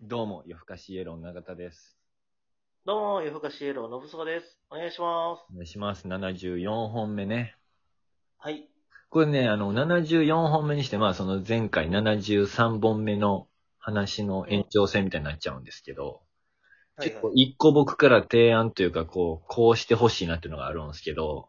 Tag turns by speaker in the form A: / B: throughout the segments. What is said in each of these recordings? A: どうも、夜更かしイエロー永田です。
B: どうも、夜更かしイエローのぶそばです。お願いします。
A: お願いします。74本目ね。
B: はい。
A: これね、あの、74本目にして、まあ、その前回73本目の話の延長戦みたいになっちゃうんですけど、結構一個僕から提案というか、こう、こうしてほしいなっていうのがあるんですけど、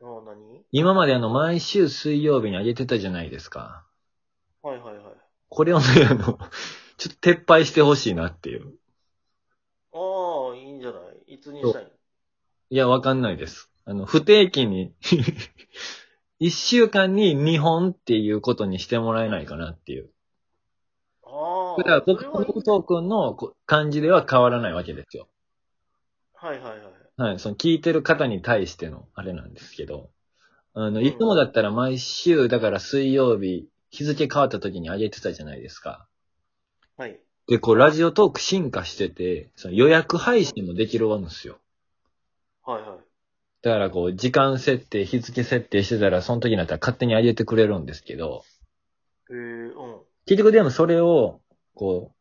B: もう何
A: 今まであの、毎週水曜日に上げてたじゃないですか。
B: はいはいはい。
A: これをね、あの、ちょっと撤廃してほしいなっていう。
B: ああ、いいんじゃないいつにしたい
A: いや、わかんないです。あの、不定期に、 一週間に2本っていうことにしてもらえないかなっていう。
B: のあ
A: だか
B: あ
A: ら。僕、
B: それはいい
A: 僕と君のこ感じでは変わらないわけですよ。
B: はいはいはい。
A: はい、その聞いてる方に対してのあれなんですけど。あの、
B: ん
A: いつもだったら毎週、だから水曜日、日付変わった時に上げてたじゃないですか。
B: はい。
A: で、こう、ラジオトーク進化してて、その予約配信もできるわけですよ。
B: はいはい。
A: だからこう、時間設定、日付設定してたら、その時になったら勝手に上げてくれるんですけど、
B: ええうん。
A: 結局でもそれを、こ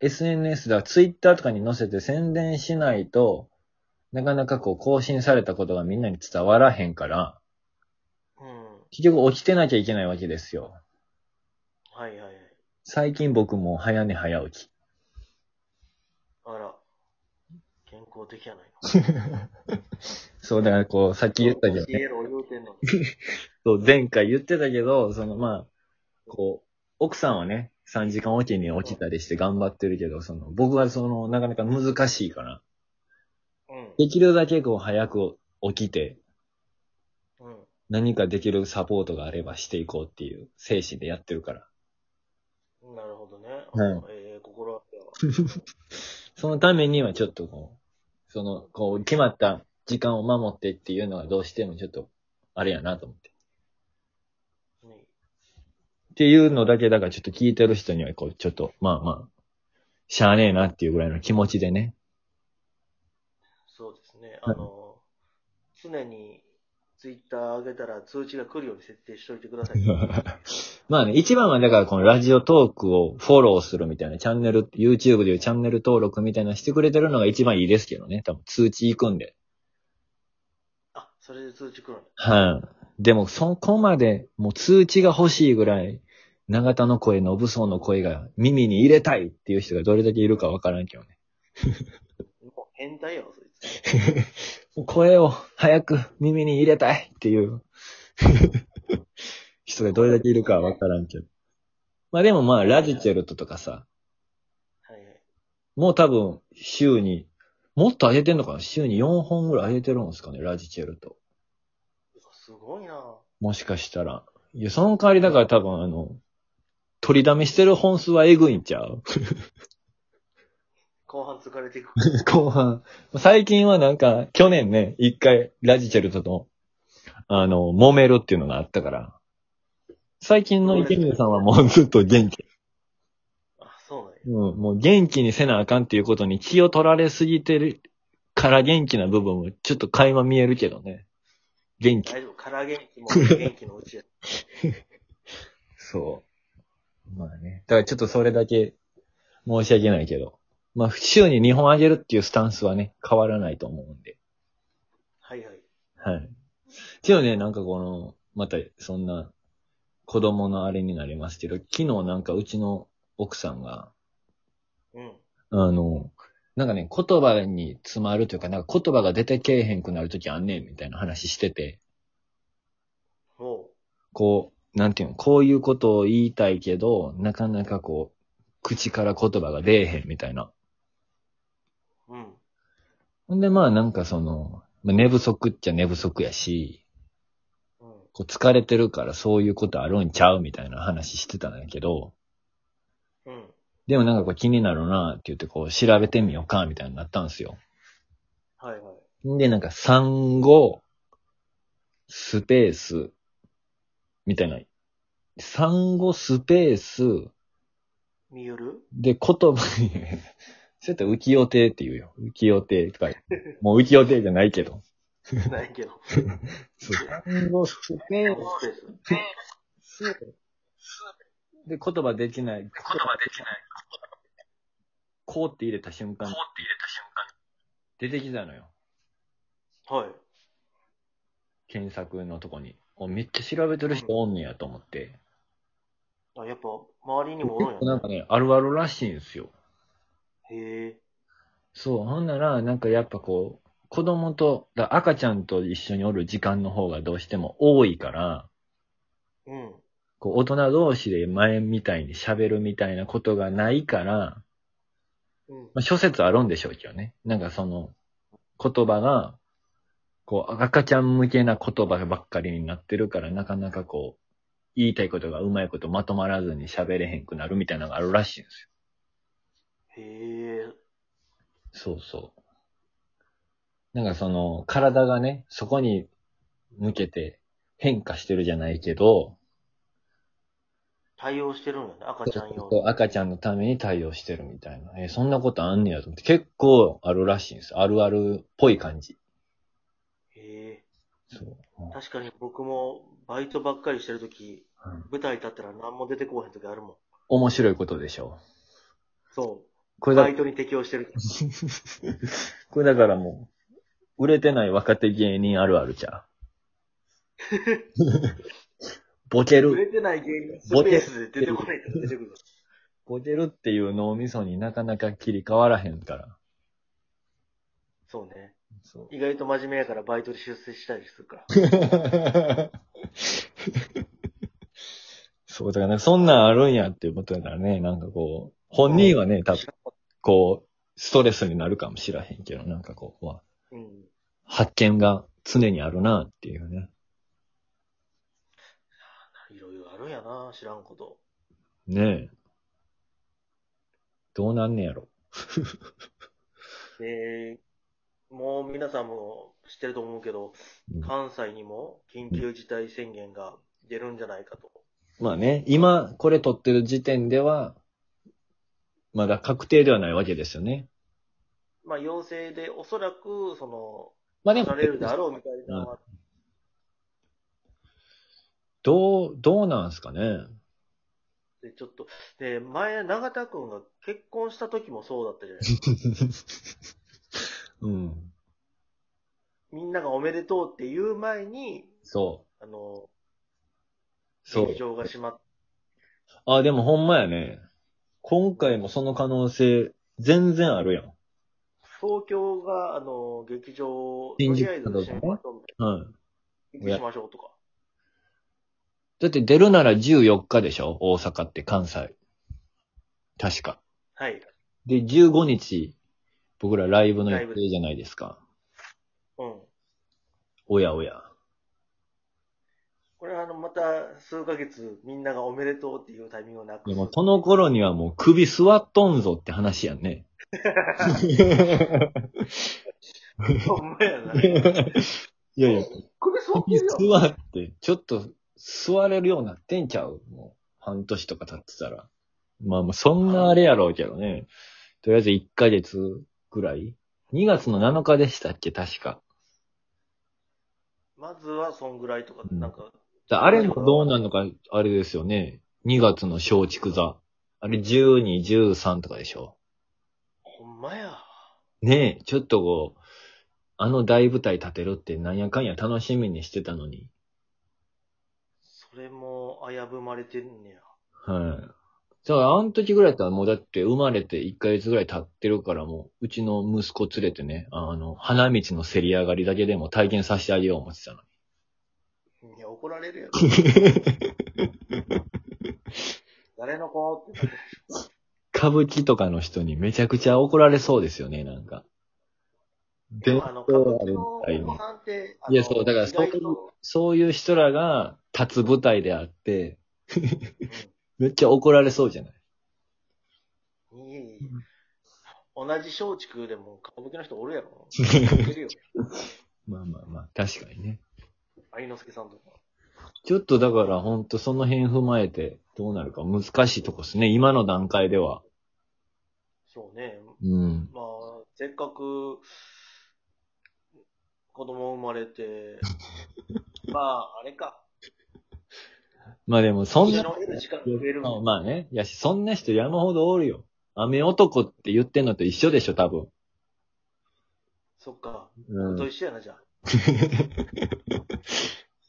A: う、SNS だ、Twitter とかに載せて宣伝しないと、なかなかこう、更新されたことがみんなに伝わらへんから、
B: うん。
A: 結局起きてなきゃいけないわけですよ。
B: はいはいはい。
A: 最近僕も早寝早起き。
B: あら。健康的やない
A: そう、だからこう、さっき言ったけど
B: の。イ
A: ね、
B: エロー言うてんの。
A: そう前回言ってたけど、そのまあ、こう、奥さんはね、3時間おきに起きたりして頑張ってるけど、その、僕はその、なかなか難しいから、
B: うん。
A: できるだけこう、早く起きて、
B: うん。
A: 何かできるサポートがあればしていこうっていう精神でやってるから。
B: なるほどね。
A: はい
B: ええ心当ては。
A: そのためにはちょっとこう、その、こう、決まった時間を守ってっていうのはどうしてもちょっと、あれやなと思って。
B: ね
A: っていうのだけ、だからちょっと聞いてる人にはこう、ちょっと、まあまあ、しゃあねえなっていうぐらいの気持ちでね。
B: そうですね。
A: は
B: あ
A: い
B: の、常にツイッター上げたら通知が来るように設定しておいてください。
A: まあね、一番はだからこのラジオトークをフォローするみたいな、チャンネル、YouTube でいうチャンネル登録みたいなのしてくれてるのが一番いいですけどね。多分通知行くんで。
B: あ、それで通知来るんや
A: はい。でも、そこまで、もう通知が欲しいぐらい、長田の声、信うの声が耳に入れたいっていう人がどれだけいるかわからんけどね。
B: もう変態やわ、そいつ。
A: 声を早く耳に入れたいっていう人がどれだけいるかわからんけど。まあでもまあ、ラジチェルトとかさ、
B: はいはい。
A: もう多分週に、もっと上げてんのかな週に4本ぐらい上げてるんですかね、ラジチェルト。
B: すごいなぁ。
A: もしかしたら。いや、その代わりだから多分あの、取りだめしてる本数はえぐいんちゃう
B: 後半疲 れていく。
A: 後半。最近はなんか、去年ね、一回、ラジチェルトと、あの、揉めるっていうのがあったから、最近の池水さんはもうずっと元気。
B: あ、そうなんや。
A: うん、もう元気にせなあかんっていうことに気を取られすぎてるから元気な部分もちょっと垣間見えるけどね。元気。
B: 大丈夫。から元 気も元気のうちや。
A: そう。まあね。だからちょっとそれだけ申し訳ないけど。まあ、週に2本あげるっていうスタンスはね、変わらないと思うんで。
B: はいはい。
A: はい。けどね、なんかこの、また、そんな、子供のあれになりますけど、昨日なんかうちの奥さんが、
B: うん。
A: あの、なんかね、言葉に詰まるというか、なんか言葉が出てけえへんくなるときあんねん、みたいな話してて、
B: も
A: こう、なんていうの、こういうことを言いたいけど、なかなかこう、口から言葉が出えへん、みたいな。
B: う。うん。
A: ほんで、まあなんかその、まあ寝不足っちゃ寝不足やし、
B: うん。
A: こう疲れてるからそういうことあるんちゃうみたいな話してたんやけど、
B: うん。
A: でもなんかこう気になるなって言ってこう調べてみようかみたいになったんですよ。
B: はいはい。
A: んでなんか産後、スペース、みたいな。産後スペース
B: 見よる
A: で言葉に、 そうやったら浮世亭って言うよ。浮世亭とか言う。もう浮世亭じゃないけど。
B: ないけど。
A: そう産後スペース
B: そうです。
A: で、言葉できない。言葉できない。こうって入れた瞬間、
B: て入れた瞬
A: 出てきたのよ。
B: 間。はい。
A: 検索のとこに。おめっちゃ調べてる人おんねやと思って。
B: あ、やっぱ、周りにもおるん や
A: なんかね、あるあるらしいんですよ。
B: へえ。
A: そう、ほんなら、なんかやっぱこう、子供と、だ赤ちゃんと一緒におる時間の方がどうしても多いから、
B: うん。
A: こう大人同士で前みたいに喋るみたいなことがないから、
B: うん。
A: まあ、諸説あるんでしょうけどね。なんかその、言葉が、こう、赤ちゃん向けな言葉ばっかりになってるから、なかなかこう、言いたいことがうまいことまとまらずに喋れへんくなるみたいなのがあるらしいんです
B: へえ。
A: よ。そうそう。なんかその、体がね、そこに向けて変化してるじゃないけど、
B: 対応してるんやね、赤ちゃん用
A: こう赤ちゃんのために対応してるみたいな。えーそんなことあんねやと思って、結構あるらしいんですよ。あるあるっぽい感じ。
B: へえ。
A: そう。
B: 確かに僕も、バイトばっかりしてるとき、
A: うん
B: 舞台立ったら何も出てこうへんときあるもん。
A: 面白いことでしょ。
B: そう
A: こ
B: う。
A: れだ
B: バイトに適応してる。
A: これだからもう、売れてない若手芸人あるある ちゃう。ボケ
B: 売
A: る、
B: れてない芸人スペースで出てこないから出てくる。
A: ボケるっていう脳みそになかなか切り替わらへんから。
B: そうね。
A: そう。
B: 意外と真面目やからバイトで出世したりするから。
A: そう、だからなんかそんなんあるんやっていうことだからね、なんかこう、本人はね、多分、こう、ストレスになるかもしらへんけど、なんかこう、まあ
B: うん。
A: 発見が常にあるなっていうね。
B: いろいろあるんやな、知らんこと。
A: ねえ。どうなんねやろ。
B: で、もう皆さんも知ってると思うけど、
A: うん
B: 関西にも緊急事態宣言が出るんじゃないかと。
A: まあね、今これ撮ってる時点では、まだ確定ではないわけですよね。
B: まあ、要請でおそらく、その、
A: まあで
B: 出
A: も
B: さ、れるであろうみたいなのは、
A: どう、どうなんすかね。
B: でちょっと、で、前、永田君が結婚した時もそうだったじゃない ですか。
A: うん。
B: みんながおめでとうって言う前に、
A: そ
B: あの、
A: う。そう
B: 劇。場が閉まっ
A: あ、でもほんまやね。今回もその可能性、全然あるやん。
B: 東京が、あの、劇場を、と
A: 新
B: り
A: 宿
B: あえず
A: などもね
B: 閉めましょうみたい
A: はい。
B: な。延期しましょうとか。
A: だって出るなら14日でしょ大阪って関西。確か。
B: はい。
A: で、15日、僕らライブの予定じゃないですか。
B: うん。
A: おやおや。
B: これはあの、また数ヶ月みんながおめでとうっていうタイミングをなく。
A: ですも、この頃にはもう首座っとんぞって話やんね。
B: ほんまやな。
A: いやいや、
B: 首そっ
A: 首
B: てる よ。
A: 座って、ちょっと座れるようになってんちゃうもう、半年とか経ってたら。まあまあ、そんなあれやろうけどね。とりあえず1ヶ月ぐらい ?2 月の7日でしたっけ確か。
B: まずはそんぐらいとか、
A: うん
B: なんか、
A: だあれもどうなるのか、あれですよね。2月の松竹座。あれ12、13とかでしょ。
B: ほんまや。
A: ねえ、ちょっとこう、あの大舞台立てるってなんやかんや楽しみにしてたのに。
B: それも危ぶまれてんねや。
A: はい。だから、あの時ぐらいだったらもうだって生まれて1ヶ月ぐらい経ってるからもう、うちの息子連れてね、あの、花道のせり上がりだけでも体験させてあげよう思ってたのに。
B: いや、怒られ るやろ。誰の子って。
A: 歌舞伎とかの人にめちゃくちゃ怒られそうですよね、なんか。
B: で
A: 伝
B: もあの、歌
A: 統
B: 舞
A: あ
B: 伎
A: る
B: のお
A: みたい
B: 子
A: な。
B: さんって、
A: いやそうだからそう
B: う
A: そういう人らが立つ舞台であって、 めっちゃ怒られそうじゃない
B: ん、いい
A: うん
B: 同じ松竹でも歌舞伎の人おるや ろ。いるよ。
A: まあまあまあ、確かにね。
B: 愛之助さんとか。
A: ちょっとだからほんとその辺踏まえてどうなるか難しいとこですね、今の段階では。
B: そうね。
A: うん。
B: まあ、せっかく、子供生ま れて、まあ、あれか。
A: まあでもそん
B: 家
A: な、
B: の得る時間が増える
A: まあまあね。いやし、そんな人山ほどおるよ。雨男って言ってんのと一緒でしょ、多分。
B: そっか。
A: うん
B: と。一緒やな、じゃあ。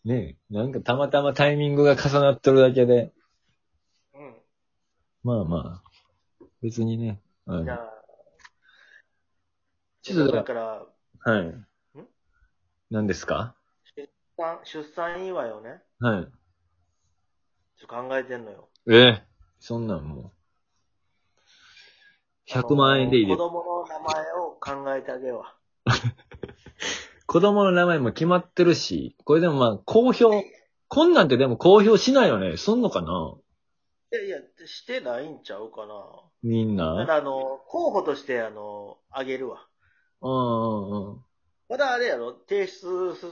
A: ねえ、なんかたまたまタイミングが重なっとるだけで、
B: う。
A: まあまあ、別にね。うんん
B: じゃあ、
A: ちょっと
B: だから、
A: はい。何ですか
B: さん出産祝いをね、
A: はい。
B: ちょっと考えてんのよ。
A: ええそんなんもう。100万円でいい
B: あ
A: で
B: の
A: す。
B: 子供の名前を考えてあげよう。
A: 子供の名前も決まってるし、これでもまあ、公表、こんなんてでも公表しないよね。すんのかない
B: やいや、してないんちゃうかな。
A: みん
B: た
A: な。
B: だ、あの、候補として、あの、あげるわ。
A: うんうんうん。
B: まだあれやろ、提出す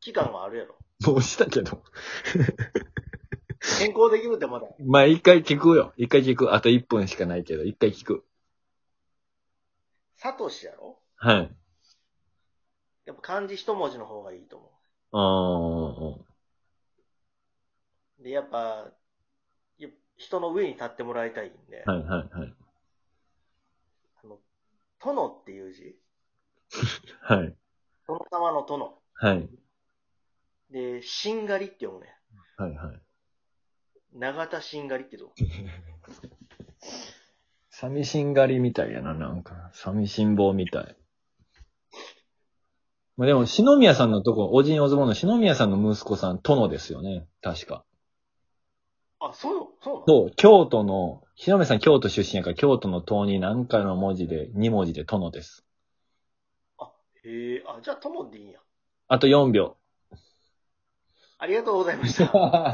B: 期間はあるやろ。
A: もうしたけど。
B: 変更できるってまだ。
A: まあ、一回聞くよ。一回聞く。あと1分しかないけど、一回聞く。
B: サトシやろ
A: はい。
B: やっぱ漢字一文字の方がいいと思
A: ああ。
B: う。で、やっぱ、や人の上に立ってもらいたいんで、
A: はいはいはい。
B: あの、殿っていう字。
A: はい。
B: 殿様の殿。
A: はい。
B: で、しんがりって読むね。
A: はいはい。
B: 長田しんがりってどう
A: 寂しんがりみたいやな、なんか。寂しん坊みたい。まあでも、篠宮さんのとこ、おじんおずぼんの篠宮さんの息子さん、殿ですよね。確か。
B: あ、そう、そうなの
A: そう、京都の、篠宮さん京都出身やから、京都の塔に何かの文字で、2文字で殿です。
B: へ え、あ、じゃあ、ともでいいんや。
A: あと4秒。
B: ありがとうございました。